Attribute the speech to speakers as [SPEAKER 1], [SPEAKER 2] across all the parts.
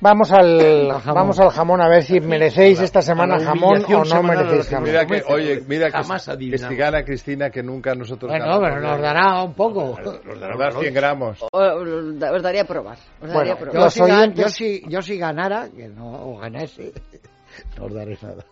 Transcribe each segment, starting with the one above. [SPEAKER 1] Vamos al, vamos al jamón a ver si merecéis esta semana jamón o no merecéis jamón.
[SPEAKER 2] Mira que, oye,
[SPEAKER 3] pues,
[SPEAKER 2] mira
[SPEAKER 4] Jamás
[SPEAKER 2] que
[SPEAKER 4] adivina.
[SPEAKER 2] castigar a Cristina que nunca nosotros
[SPEAKER 5] Bueno,
[SPEAKER 2] ganamos. ¿eh?
[SPEAKER 5] pero nos dará un poco.
[SPEAKER 2] Nos dará 100 gramos.
[SPEAKER 3] O- Os da- os daría a probar. Os daría
[SPEAKER 1] Bueno,
[SPEAKER 3] a probar.
[SPEAKER 5] Yo
[SPEAKER 1] Los
[SPEAKER 5] si, ga-
[SPEAKER 1] oyentes-
[SPEAKER 5] yo, si, yo si ganara, que no o ganase, no os daré nada.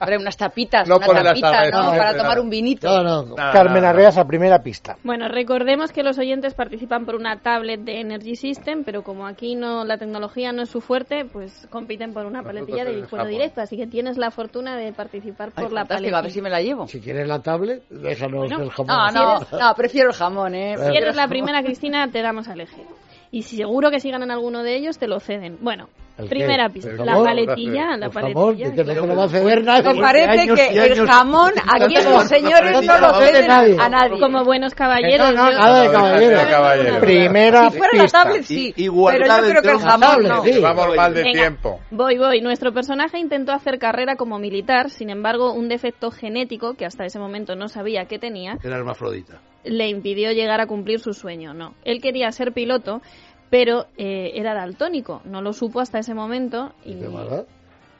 [SPEAKER 3] Hombre, unas tapitas,
[SPEAKER 2] No
[SPEAKER 3] una
[SPEAKER 2] pone las
[SPEAKER 3] tapita,
[SPEAKER 2] tapas,
[SPEAKER 3] ¿no?
[SPEAKER 2] no,
[SPEAKER 3] Para
[SPEAKER 2] no,
[SPEAKER 3] tomar
[SPEAKER 2] no.
[SPEAKER 3] un vinito.
[SPEAKER 5] No, no,
[SPEAKER 2] Nada,
[SPEAKER 1] Carmen
[SPEAKER 2] nada.
[SPEAKER 1] Arreas a primera pista.
[SPEAKER 6] Bueno, recordemos que los oyentes participan por una tablet de Energy System, pero como aquí no la tecnología no es su fuerte, pues compiten por una
[SPEAKER 2] Nosotros
[SPEAKER 6] paletilla de
[SPEAKER 2] en
[SPEAKER 6] Guijuelo
[SPEAKER 2] Japón.
[SPEAKER 6] directo, así que tienes la fortuna de participar
[SPEAKER 3] Ay,
[SPEAKER 6] por la
[SPEAKER 3] fantástico,
[SPEAKER 6] paletilla.
[SPEAKER 3] a ver si me la llevo.
[SPEAKER 5] si quieres la tablet, déjanos
[SPEAKER 6] Bueno,
[SPEAKER 5] el jamón.
[SPEAKER 3] No, no, no, prefiero el jamón, ¿eh?
[SPEAKER 6] Si eres la primera, Cristina, te damos al eje. Y si seguro que si ganan alguno de ellos, te lo ceden. Bueno,
[SPEAKER 5] ¿El qué?
[SPEAKER 6] primera
[SPEAKER 5] ¿El
[SPEAKER 6] pista,
[SPEAKER 5] jamón?
[SPEAKER 6] la paletilla, la
[SPEAKER 5] El jamón,
[SPEAKER 6] paletilla.
[SPEAKER 5] que que no te lo va a ceder nadie.
[SPEAKER 3] Pues parece
[SPEAKER 5] años y
[SPEAKER 3] que el
[SPEAKER 5] años.
[SPEAKER 3] jamón aquí estos señores no lo
[SPEAKER 5] cede
[SPEAKER 3] ceden
[SPEAKER 5] nadie.
[SPEAKER 3] a nadie.
[SPEAKER 6] Como buenos caballeros.
[SPEAKER 5] Que no, no,
[SPEAKER 6] yo-
[SPEAKER 5] nada de caballero.
[SPEAKER 6] Yo tengo
[SPEAKER 2] Caballero.
[SPEAKER 6] una duda.
[SPEAKER 1] Primera
[SPEAKER 3] si fuera la
[SPEAKER 1] pista.
[SPEAKER 3] tablet sí,
[SPEAKER 4] Y- y
[SPEAKER 3] pero
[SPEAKER 4] guardar
[SPEAKER 3] yo creo que
[SPEAKER 4] dentro
[SPEAKER 3] el
[SPEAKER 4] de
[SPEAKER 5] una
[SPEAKER 3] jamón
[SPEAKER 5] tablet,
[SPEAKER 3] no.
[SPEAKER 5] sí.
[SPEAKER 2] Vamos mal de
[SPEAKER 6] Venga.
[SPEAKER 2] tiempo.
[SPEAKER 6] Voy, voy. Nuestro personaje intentó hacer carrera como militar, sin embargo, un defecto genético, que hasta ese momento no sabía que tenía,
[SPEAKER 4] Era hermafrodita.
[SPEAKER 6] le impidió llegar a cumplir su sueño. No, él quería ser piloto, pero eh, era daltónico. No lo supo hasta ese momento y
[SPEAKER 5] ¿De verdad?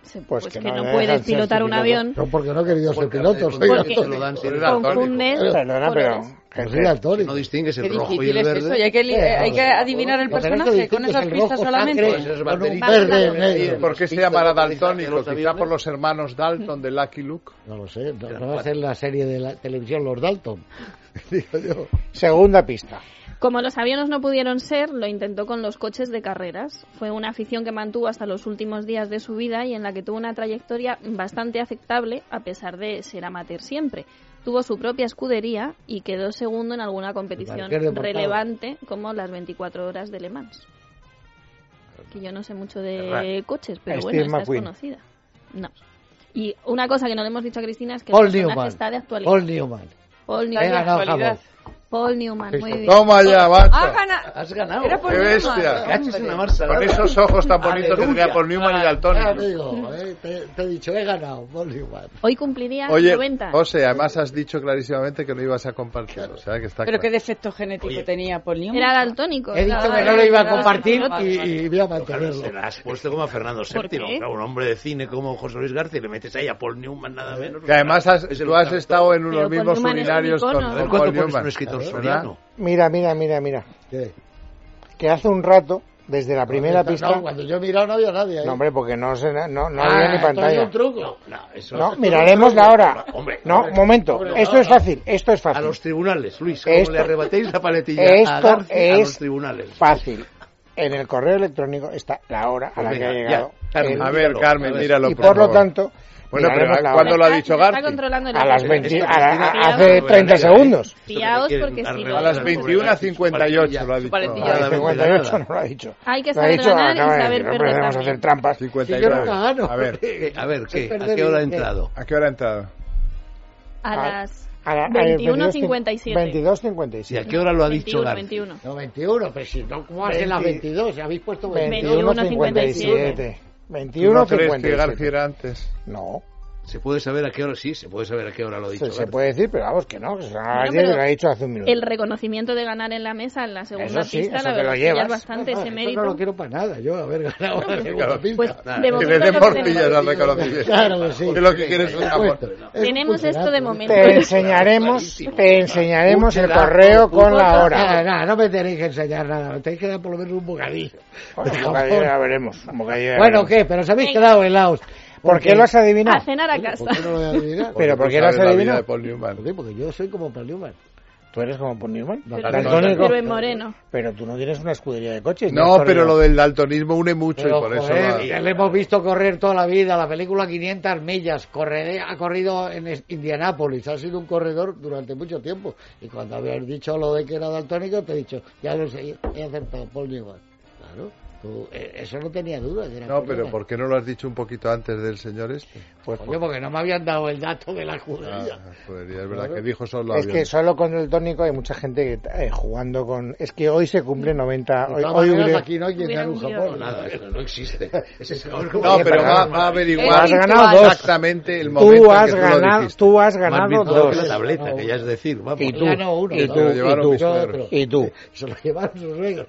[SPEAKER 6] se-
[SPEAKER 1] Pues
[SPEAKER 6] pues,
[SPEAKER 1] que
[SPEAKER 6] que,
[SPEAKER 1] no
[SPEAKER 6] no,
[SPEAKER 1] le dejan
[SPEAKER 6] puedes
[SPEAKER 1] ser
[SPEAKER 6] pilotar un
[SPEAKER 1] piloto.
[SPEAKER 6] avión.
[SPEAKER 5] No, porque no he querido ser
[SPEAKER 4] Porque-
[SPEAKER 5] piloto. soy
[SPEAKER 4] porque-
[SPEAKER 5] daltónico.
[SPEAKER 4] te lo dan sin-
[SPEAKER 2] Eres daltónico.
[SPEAKER 6] Confundes.
[SPEAKER 1] Perdona, pero...
[SPEAKER 6] colores.
[SPEAKER 5] Yo
[SPEAKER 1] gente,
[SPEAKER 5] soy daltónico.
[SPEAKER 4] No distingues
[SPEAKER 3] Qué
[SPEAKER 4] el rojo y
[SPEAKER 3] difícil
[SPEAKER 4] el
[SPEAKER 3] es eso, y
[SPEAKER 4] verde.
[SPEAKER 3] hay que, li- eh, hay que
[SPEAKER 5] Eh,
[SPEAKER 3] adivinar el
[SPEAKER 5] lo que no
[SPEAKER 3] personaje
[SPEAKER 5] distinto
[SPEAKER 3] con
[SPEAKER 5] es
[SPEAKER 3] esas
[SPEAKER 5] el
[SPEAKER 3] pistas
[SPEAKER 5] rojo
[SPEAKER 3] solamente.
[SPEAKER 5] sangre
[SPEAKER 4] Esas
[SPEAKER 5] con un
[SPEAKER 4] baterías.
[SPEAKER 5] verde
[SPEAKER 6] Vamos,
[SPEAKER 5] negro.
[SPEAKER 2] ¿Por qué se llamará daltónico? Quizá por los hermanos Dalton de Lucky Luke.
[SPEAKER 5] No lo sé, no, no va a ser la serie de la televisión Los Dalton. Digo yo.
[SPEAKER 1] Segunda pista.
[SPEAKER 6] Como los aviones no pudieron ser, lo intentó con los coches de carreras. Fue una afición que mantuvo hasta los últimos días de su vida y en la que tuvo una trayectoria bastante aceptable a pesar de ser amateur siempre. Tuvo su propia escudería y quedó segundo en alguna competición
[SPEAKER 5] Marqués de Morcado.
[SPEAKER 6] relevante como las 24 horas de Le Mans. Que yo no sé mucho de coches, pero
[SPEAKER 1] Steve
[SPEAKER 6] bueno, esta es
[SPEAKER 1] McQueen.
[SPEAKER 6] conocida. No. Y una cosa que no le hemos dicho a Cristina es que
[SPEAKER 5] Paul
[SPEAKER 6] el personaje
[SPEAKER 5] Newman.
[SPEAKER 6] está de actualidad.
[SPEAKER 5] Paul Newman.
[SPEAKER 6] Paul
[SPEAKER 5] He
[SPEAKER 6] Newman.
[SPEAKER 5] ganado jamón.
[SPEAKER 3] actualidad.
[SPEAKER 6] Paul Newman, muy bien.
[SPEAKER 2] Toma ya,
[SPEAKER 3] Ah,
[SPEAKER 2] macho.
[SPEAKER 3] gana-
[SPEAKER 4] Has ganado.
[SPEAKER 3] Era por
[SPEAKER 2] Qué
[SPEAKER 3] un
[SPEAKER 2] bestia.
[SPEAKER 3] humano,
[SPEAKER 4] Cachis en
[SPEAKER 3] hombre.
[SPEAKER 4] la mar salada.
[SPEAKER 2] Con esos ojos tan bonitos que tenía
[SPEAKER 4] Aleluya.
[SPEAKER 2] por Newman y
[SPEAKER 5] Ah,
[SPEAKER 2] daltónico.
[SPEAKER 5] amigo, eh, te, te he dicho, he ganado. Paul Newman.
[SPEAKER 6] Hoy cumpliría
[SPEAKER 2] Oye,
[SPEAKER 6] 90.
[SPEAKER 2] José, además has dicho clarísimamente que no ibas a compartir. O sea, que está
[SPEAKER 3] Pero qué
[SPEAKER 2] claro.
[SPEAKER 3] defecto genético tenía Paul Newman.
[SPEAKER 6] Era daltónico.
[SPEAKER 5] He dicho
[SPEAKER 6] Era-
[SPEAKER 5] que no lo iba a
[SPEAKER 3] vale,
[SPEAKER 5] compartir
[SPEAKER 3] vale,
[SPEAKER 5] y,
[SPEAKER 3] vale.
[SPEAKER 5] y voy a
[SPEAKER 4] Claro,
[SPEAKER 5] mantenerlo.
[SPEAKER 4] se la has puesto como a Fernando VII,
[SPEAKER 6] ¿Por qué?
[SPEAKER 4] claro, un hombre de cine como José Luis García, y le metes ahí a Paul Newman nada menos.
[SPEAKER 2] Que además has,
[SPEAKER 4] Es el
[SPEAKER 2] tú has
[SPEAKER 4] actor.
[SPEAKER 2] estado en unos
[SPEAKER 6] Pero Paul
[SPEAKER 2] mismos
[SPEAKER 6] Newman es un
[SPEAKER 2] urinarios con,
[SPEAKER 6] icono.
[SPEAKER 4] A
[SPEAKER 2] con
[SPEAKER 4] ver,
[SPEAKER 2] Paul
[SPEAKER 4] ¿cuánto pones
[SPEAKER 2] Newman.
[SPEAKER 4] un escritor
[SPEAKER 2] ¿Verdad?
[SPEAKER 4] soriano?
[SPEAKER 1] Mira, mira, mira, mira.
[SPEAKER 5] ¿Qué?
[SPEAKER 1] Que hace un rato, desde la primera
[SPEAKER 4] Pues
[SPEAKER 5] No,
[SPEAKER 1] pista...
[SPEAKER 5] cuando yo he mirado no había nadie ahí.
[SPEAKER 1] No, hombre, porque no, se, no, no
[SPEAKER 5] Ah,
[SPEAKER 1] había ni
[SPEAKER 5] esto es
[SPEAKER 1] pantalla.
[SPEAKER 5] un truco.
[SPEAKER 4] No, no, eso
[SPEAKER 1] No,
[SPEAKER 4] es-
[SPEAKER 1] miraremos la hora.
[SPEAKER 4] Hombre,
[SPEAKER 1] No,
[SPEAKER 4] hombre,
[SPEAKER 1] momento.
[SPEAKER 4] hombre,
[SPEAKER 1] Esto
[SPEAKER 4] no,
[SPEAKER 1] es
[SPEAKER 4] no.
[SPEAKER 1] fácil, esto es
[SPEAKER 4] A
[SPEAKER 1] fácil.
[SPEAKER 4] los tribunales, Luis, como
[SPEAKER 1] Esto-
[SPEAKER 4] le arrebatéis la paletilla a
[SPEAKER 1] Esto
[SPEAKER 4] Garci, a los
[SPEAKER 1] es
[SPEAKER 4] tribunales.
[SPEAKER 1] fácil. En el correo electrónico está la hora a la que
[SPEAKER 4] Pues Venga,
[SPEAKER 1] ha
[SPEAKER 4] ya,
[SPEAKER 1] llegado.
[SPEAKER 4] Carmen,
[SPEAKER 1] el-
[SPEAKER 2] A ver, Carmen, míralo.
[SPEAKER 1] y por lo
[SPEAKER 2] favor.
[SPEAKER 1] tanto,
[SPEAKER 2] Bueno, pero
[SPEAKER 1] miraremos la
[SPEAKER 2] ¿cuándo
[SPEAKER 1] hora.
[SPEAKER 2] lo ha dicho
[SPEAKER 6] Está
[SPEAKER 2] Garci?
[SPEAKER 6] controlando el
[SPEAKER 1] A las
[SPEAKER 6] reloj.
[SPEAKER 1] 20,
[SPEAKER 4] Esto
[SPEAKER 1] a la-
[SPEAKER 4] Cristina
[SPEAKER 6] hace
[SPEAKER 4] Fernández,
[SPEAKER 1] 30
[SPEAKER 4] ¿eh?
[SPEAKER 1] segundos.
[SPEAKER 4] Esto que
[SPEAKER 6] Fiaos
[SPEAKER 4] quieren
[SPEAKER 6] porque si
[SPEAKER 4] arreglar
[SPEAKER 6] lo-
[SPEAKER 2] A las
[SPEAKER 4] la
[SPEAKER 2] 21.58 lo ha dicho.
[SPEAKER 3] paletilla.
[SPEAKER 1] A
[SPEAKER 3] Ya,
[SPEAKER 1] las
[SPEAKER 4] la
[SPEAKER 1] 58
[SPEAKER 4] ventana.
[SPEAKER 1] no lo ha dicho.
[SPEAKER 6] Hay que
[SPEAKER 1] Lo ha
[SPEAKER 6] saber
[SPEAKER 1] dicho,
[SPEAKER 6] ganar y
[SPEAKER 1] acaba de
[SPEAKER 6] saber
[SPEAKER 1] decir, hombre,
[SPEAKER 6] perder
[SPEAKER 1] vamos a
[SPEAKER 6] también.
[SPEAKER 1] hacer trampas.
[SPEAKER 5] Si yo no
[SPEAKER 2] 59.
[SPEAKER 5] gano.
[SPEAKER 2] A ver,
[SPEAKER 4] Eh, A ver, ¿qué?
[SPEAKER 5] Perder
[SPEAKER 4] ¿A qué hora ha
[SPEAKER 5] el-
[SPEAKER 4] entrado?
[SPEAKER 2] ¿a qué hora ha entrado?
[SPEAKER 6] A
[SPEAKER 1] Ah.
[SPEAKER 6] las
[SPEAKER 1] A la- a ver,
[SPEAKER 6] 21.57.
[SPEAKER 1] 22.57.
[SPEAKER 4] ¿Y a qué hora lo ha dicho
[SPEAKER 6] 21,
[SPEAKER 4] Garci?
[SPEAKER 6] 21.
[SPEAKER 5] No, 21, pero si no, ¿cómo hacen las
[SPEAKER 1] 20?
[SPEAKER 5] 22? Habéis puesto 22.
[SPEAKER 1] 21.57.
[SPEAKER 2] ¿Tú no crees que Garci
[SPEAKER 1] 21.57.
[SPEAKER 2] era antes?
[SPEAKER 1] No,
[SPEAKER 4] ¿Se puede saber a qué hora? Sí, se puede saber a qué hora lo ha dicho
[SPEAKER 1] se, se
[SPEAKER 4] Garci.
[SPEAKER 1] puede decir, pero vamos, que no. Que se ha
[SPEAKER 6] Bueno, pero
[SPEAKER 1] lo ha dicho hace un minuto.
[SPEAKER 6] El reconocimiento de ganar en la mesa en la segunda
[SPEAKER 1] Eso sí,
[SPEAKER 6] pista,
[SPEAKER 1] eso
[SPEAKER 6] la
[SPEAKER 1] te
[SPEAKER 6] verdad,
[SPEAKER 1] lo
[SPEAKER 6] es que ya
[SPEAKER 1] llevas.
[SPEAKER 6] es bastante
[SPEAKER 5] Ah,
[SPEAKER 6] ese
[SPEAKER 5] eso
[SPEAKER 6] mérito.
[SPEAKER 5] no lo quiero para nada, yo haber ganado la segunda pista.
[SPEAKER 6] Pues
[SPEAKER 4] Nada.
[SPEAKER 6] de
[SPEAKER 4] Que
[SPEAKER 2] Que
[SPEAKER 6] momento
[SPEAKER 2] le den
[SPEAKER 6] no tenemos-
[SPEAKER 2] morcillas al reconocimiento.
[SPEAKER 5] Claro que sí.
[SPEAKER 2] Es lo que quieres un jamón.
[SPEAKER 6] Tenemos esto de momento.
[SPEAKER 1] Te enseñaremos,
[SPEAKER 4] Clarísimo.
[SPEAKER 1] te enseñaremos el
[SPEAKER 4] Mucho
[SPEAKER 1] correo
[SPEAKER 4] dato,
[SPEAKER 1] con la
[SPEAKER 5] Nada,
[SPEAKER 1] hora.
[SPEAKER 5] nada, no me tenéis que enseñar nada, me tenéis que dar por lo menos un bocadillo.
[SPEAKER 1] Bueno,
[SPEAKER 5] de
[SPEAKER 1] como que ya
[SPEAKER 5] jamón.
[SPEAKER 1] veremos. como que ya
[SPEAKER 5] Bueno,
[SPEAKER 1] veremos.
[SPEAKER 5] ¿qué? Pero os habéis
[SPEAKER 6] Venga.
[SPEAKER 5] quedado helados.
[SPEAKER 1] ¿Por qué lo has
[SPEAKER 6] A
[SPEAKER 1] adivinado?
[SPEAKER 6] cenar a casa.
[SPEAKER 5] ¿Por qué no lo voy a adivinar?
[SPEAKER 1] Pero ¿por
[SPEAKER 2] Porque
[SPEAKER 1] qué
[SPEAKER 2] tú
[SPEAKER 1] no has
[SPEAKER 2] sabes la vida
[SPEAKER 1] adivinado?
[SPEAKER 2] de Paul Newman.
[SPEAKER 5] ¿Por qué? Porque pues yo soy como Paul Newman.
[SPEAKER 1] ¿Tú eres como Paul Newman?
[SPEAKER 5] No,
[SPEAKER 6] Pero,
[SPEAKER 2] claro,
[SPEAKER 1] Daltónico.
[SPEAKER 6] pero en moreno.
[SPEAKER 1] Pero tú no tienes una escudería de coches.
[SPEAKER 2] No, pero lo
[SPEAKER 1] de...
[SPEAKER 2] del daltonismo une mucho y
[SPEAKER 5] Pero,
[SPEAKER 2] por eso...
[SPEAKER 5] joder,
[SPEAKER 2] lo ha-
[SPEAKER 5] que le hemos visto correr toda la vida, la película 500 millas, correré- ha corrido en es- Indianápolis, ha sido un corredor durante mucho tiempo. Y cuando habías dicho lo de que era daltónico, te he dicho, ya lo sé, he acertado, Paul Newman. Claro, tú, eh, eso no tenía duda. que era
[SPEAKER 2] No,
[SPEAKER 5] Paul
[SPEAKER 2] pero
[SPEAKER 5] Newman.
[SPEAKER 2] ¿por qué no lo has dicho un poquito antes del señor este?
[SPEAKER 1] Pues,
[SPEAKER 5] Coño, porque no me habían dado el dato de la judía.
[SPEAKER 2] Ah, jodería, es verdad que dijo solo
[SPEAKER 1] es que
[SPEAKER 2] aviones.
[SPEAKER 1] solo con el tónico hay mucha gente que, eh, jugando con... Es que hoy se cumple 90...
[SPEAKER 5] De
[SPEAKER 1] Hoy,
[SPEAKER 5] todas
[SPEAKER 1] hoy
[SPEAKER 5] maneras,
[SPEAKER 1] hubiera-
[SPEAKER 5] aquí no hay quien
[SPEAKER 6] hubiera
[SPEAKER 5] gane un
[SPEAKER 6] un guión.
[SPEAKER 5] Japón.
[SPEAKER 4] No, nada, eso no existe. Ese es
[SPEAKER 2] No,
[SPEAKER 1] Oye,
[SPEAKER 2] pero
[SPEAKER 1] pero
[SPEAKER 2] va,
[SPEAKER 1] no.
[SPEAKER 2] va a
[SPEAKER 1] Tú
[SPEAKER 2] averiguar
[SPEAKER 1] has ganado dos.
[SPEAKER 2] exactamente el momento
[SPEAKER 1] Tú
[SPEAKER 2] en
[SPEAKER 1] has
[SPEAKER 2] que tú lo
[SPEAKER 1] ganado,
[SPEAKER 2] dijiste.
[SPEAKER 1] tú has
[SPEAKER 4] Más
[SPEAKER 1] ganado
[SPEAKER 4] virtual
[SPEAKER 1] dos.
[SPEAKER 4] que la tableta, que ya es decir, vamos.
[SPEAKER 1] Y tú,
[SPEAKER 5] Ganó uno,
[SPEAKER 1] y
[SPEAKER 5] ¿no?
[SPEAKER 1] tú,
[SPEAKER 2] Se lo
[SPEAKER 1] y
[SPEAKER 2] llevaron
[SPEAKER 1] tú,
[SPEAKER 2] mis
[SPEAKER 5] suegros.
[SPEAKER 1] y tú.
[SPEAKER 5] Se lo llevaron sus suegros.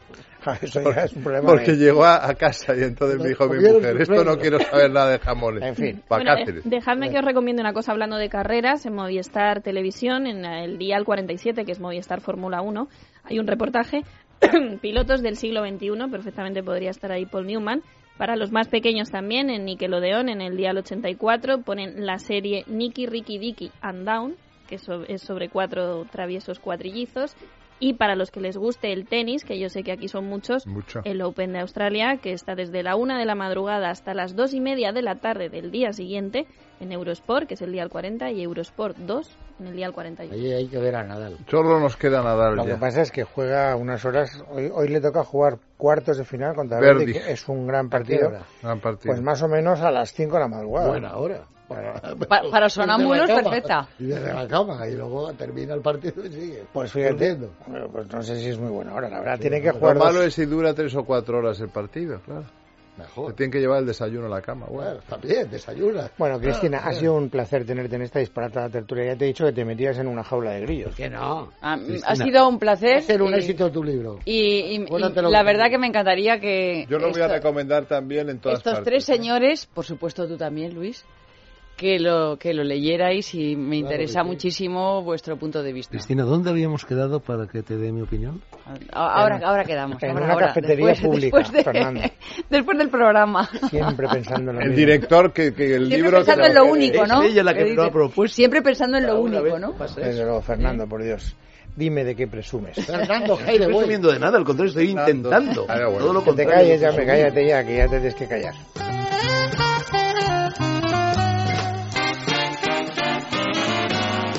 [SPEAKER 1] Eso ya es un problema.
[SPEAKER 2] Porque
[SPEAKER 1] de-
[SPEAKER 2] llegó a, a casa y entonces me dijo mi
[SPEAKER 5] Comieron
[SPEAKER 2] mujer,
[SPEAKER 5] sus
[SPEAKER 2] esto no
[SPEAKER 5] premios".
[SPEAKER 2] quiero saber nada de jamones.
[SPEAKER 1] En fin.
[SPEAKER 2] Pa'
[SPEAKER 6] Bueno, eh,
[SPEAKER 2] Cáceres.
[SPEAKER 6] dejadme que os recomiende una cosa hablando de carreras en Movistar Televisión, en el Dial 47, que es Movistar Fórmula 1. Hay un reportaje, pilotos del siglo XXI, perfectamente podría estar ahí Paul Newman. Para los más pequeños también, en Nickelodeon, en el Dial 84, ponen la serie Nicky, Ricky, Dicky and Down, que so- es sobre cuatro traviesos cuatrillizos. Y para los que les guste el tenis, que yo sé que aquí son muchos,
[SPEAKER 2] Mucho.
[SPEAKER 6] el Open de Australia, que está desde la una de la madrugada hasta las dos y media de la tarde del día siguiente en Eurosport, que es el día 40, y Eurosport 2 en el día 41.
[SPEAKER 5] Allí hay que ver a Nadal.
[SPEAKER 2] Solo nos queda nadar
[SPEAKER 1] Lo que
[SPEAKER 2] ya.
[SPEAKER 1] pasa es que juega unas horas. Hoy, hoy le toca jugar cuartos de final contra
[SPEAKER 2] Verdi.
[SPEAKER 1] Verdi, que es un gran
[SPEAKER 5] ¿A qué
[SPEAKER 1] partido.
[SPEAKER 5] hora?
[SPEAKER 2] Gran partido.
[SPEAKER 1] Pues más o menos a las 5 de la madrugada. Eh,
[SPEAKER 5] Buena hora. Para,
[SPEAKER 3] Pa- para sonámbulos,
[SPEAKER 5] desde la cama.
[SPEAKER 3] perfecta.
[SPEAKER 5] Y desde la cama, y luego termina el partido y sigue.
[SPEAKER 1] Pues fíjate,
[SPEAKER 5] Entiendo.
[SPEAKER 1] bueno, pues no sé si es muy buena hora, la verdad. tiene que
[SPEAKER 2] Lo
[SPEAKER 1] jugar.
[SPEAKER 2] malo
[SPEAKER 1] dos-
[SPEAKER 2] es si dura tres o cuatro horas el partido, claro.
[SPEAKER 5] Mejor.
[SPEAKER 2] Se tienen que llevar el desayuno a la cama.
[SPEAKER 5] Bueno,
[SPEAKER 2] Bueno,
[SPEAKER 5] está bien, desayuna.
[SPEAKER 1] Bueno, Cristina, ha sido un placer tenerte en esta disparatada tertulia. Ya te he dicho que te metías en una jaula de grillos.
[SPEAKER 5] Que no.
[SPEAKER 3] Ah, ha sido un placer.
[SPEAKER 5] Es ser un
[SPEAKER 3] y-
[SPEAKER 5] éxito tu libro.
[SPEAKER 3] Y, y- y
[SPEAKER 5] Cuéntatelo.
[SPEAKER 3] la verdad que me encantaría que.
[SPEAKER 2] yo lo voy a
[SPEAKER 3] esto-
[SPEAKER 2] recomendar también en todas
[SPEAKER 3] estos
[SPEAKER 2] partes. ¿eh?
[SPEAKER 3] tres señores, por supuesto tú también, Luis, que lo, que lo leyerais y
[SPEAKER 5] Claro
[SPEAKER 3] me interesa
[SPEAKER 5] que sí.
[SPEAKER 3] muchísimo vuestro punto de vista.
[SPEAKER 4] Cristina, ¿dónde habíamos quedado para que te dé mi opinión?
[SPEAKER 3] A- Ahora, ahora quedamos.
[SPEAKER 1] en
[SPEAKER 3] ahora,
[SPEAKER 1] una
[SPEAKER 3] ahora,
[SPEAKER 1] cafetería pública, Fernando.
[SPEAKER 3] después del programa.
[SPEAKER 1] Siempre pensando en lo
[SPEAKER 2] El
[SPEAKER 1] mismo.
[SPEAKER 2] director, que, que el
[SPEAKER 3] Siempre
[SPEAKER 2] libro...
[SPEAKER 3] pensando
[SPEAKER 2] que-
[SPEAKER 3] en lo
[SPEAKER 2] que-
[SPEAKER 3] único,
[SPEAKER 4] es
[SPEAKER 3] ¿no?
[SPEAKER 4] ella la que
[SPEAKER 3] dice,
[SPEAKER 4] lo ha propuesto.
[SPEAKER 3] Siempre pensando en lo
[SPEAKER 4] Cada una
[SPEAKER 3] único,
[SPEAKER 4] vez
[SPEAKER 3] ¿no?
[SPEAKER 4] que pasa
[SPEAKER 1] Desde
[SPEAKER 4] eso.
[SPEAKER 1] luego, Fernando, por Dios. Dime de qué presumes.
[SPEAKER 5] Fernando
[SPEAKER 4] No estoy
[SPEAKER 5] Heidewood.
[SPEAKER 4] presumiendo de nada, al contrario, estoy
[SPEAKER 2] Intentando.
[SPEAKER 4] intentando.
[SPEAKER 2] Ah, bueno.
[SPEAKER 4] Todo lo
[SPEAKER 1] Que te
[SPEAKER 4] contrario.
[SPEAKER 1] calles, ya me cállate ya, que ya te tienes que callar.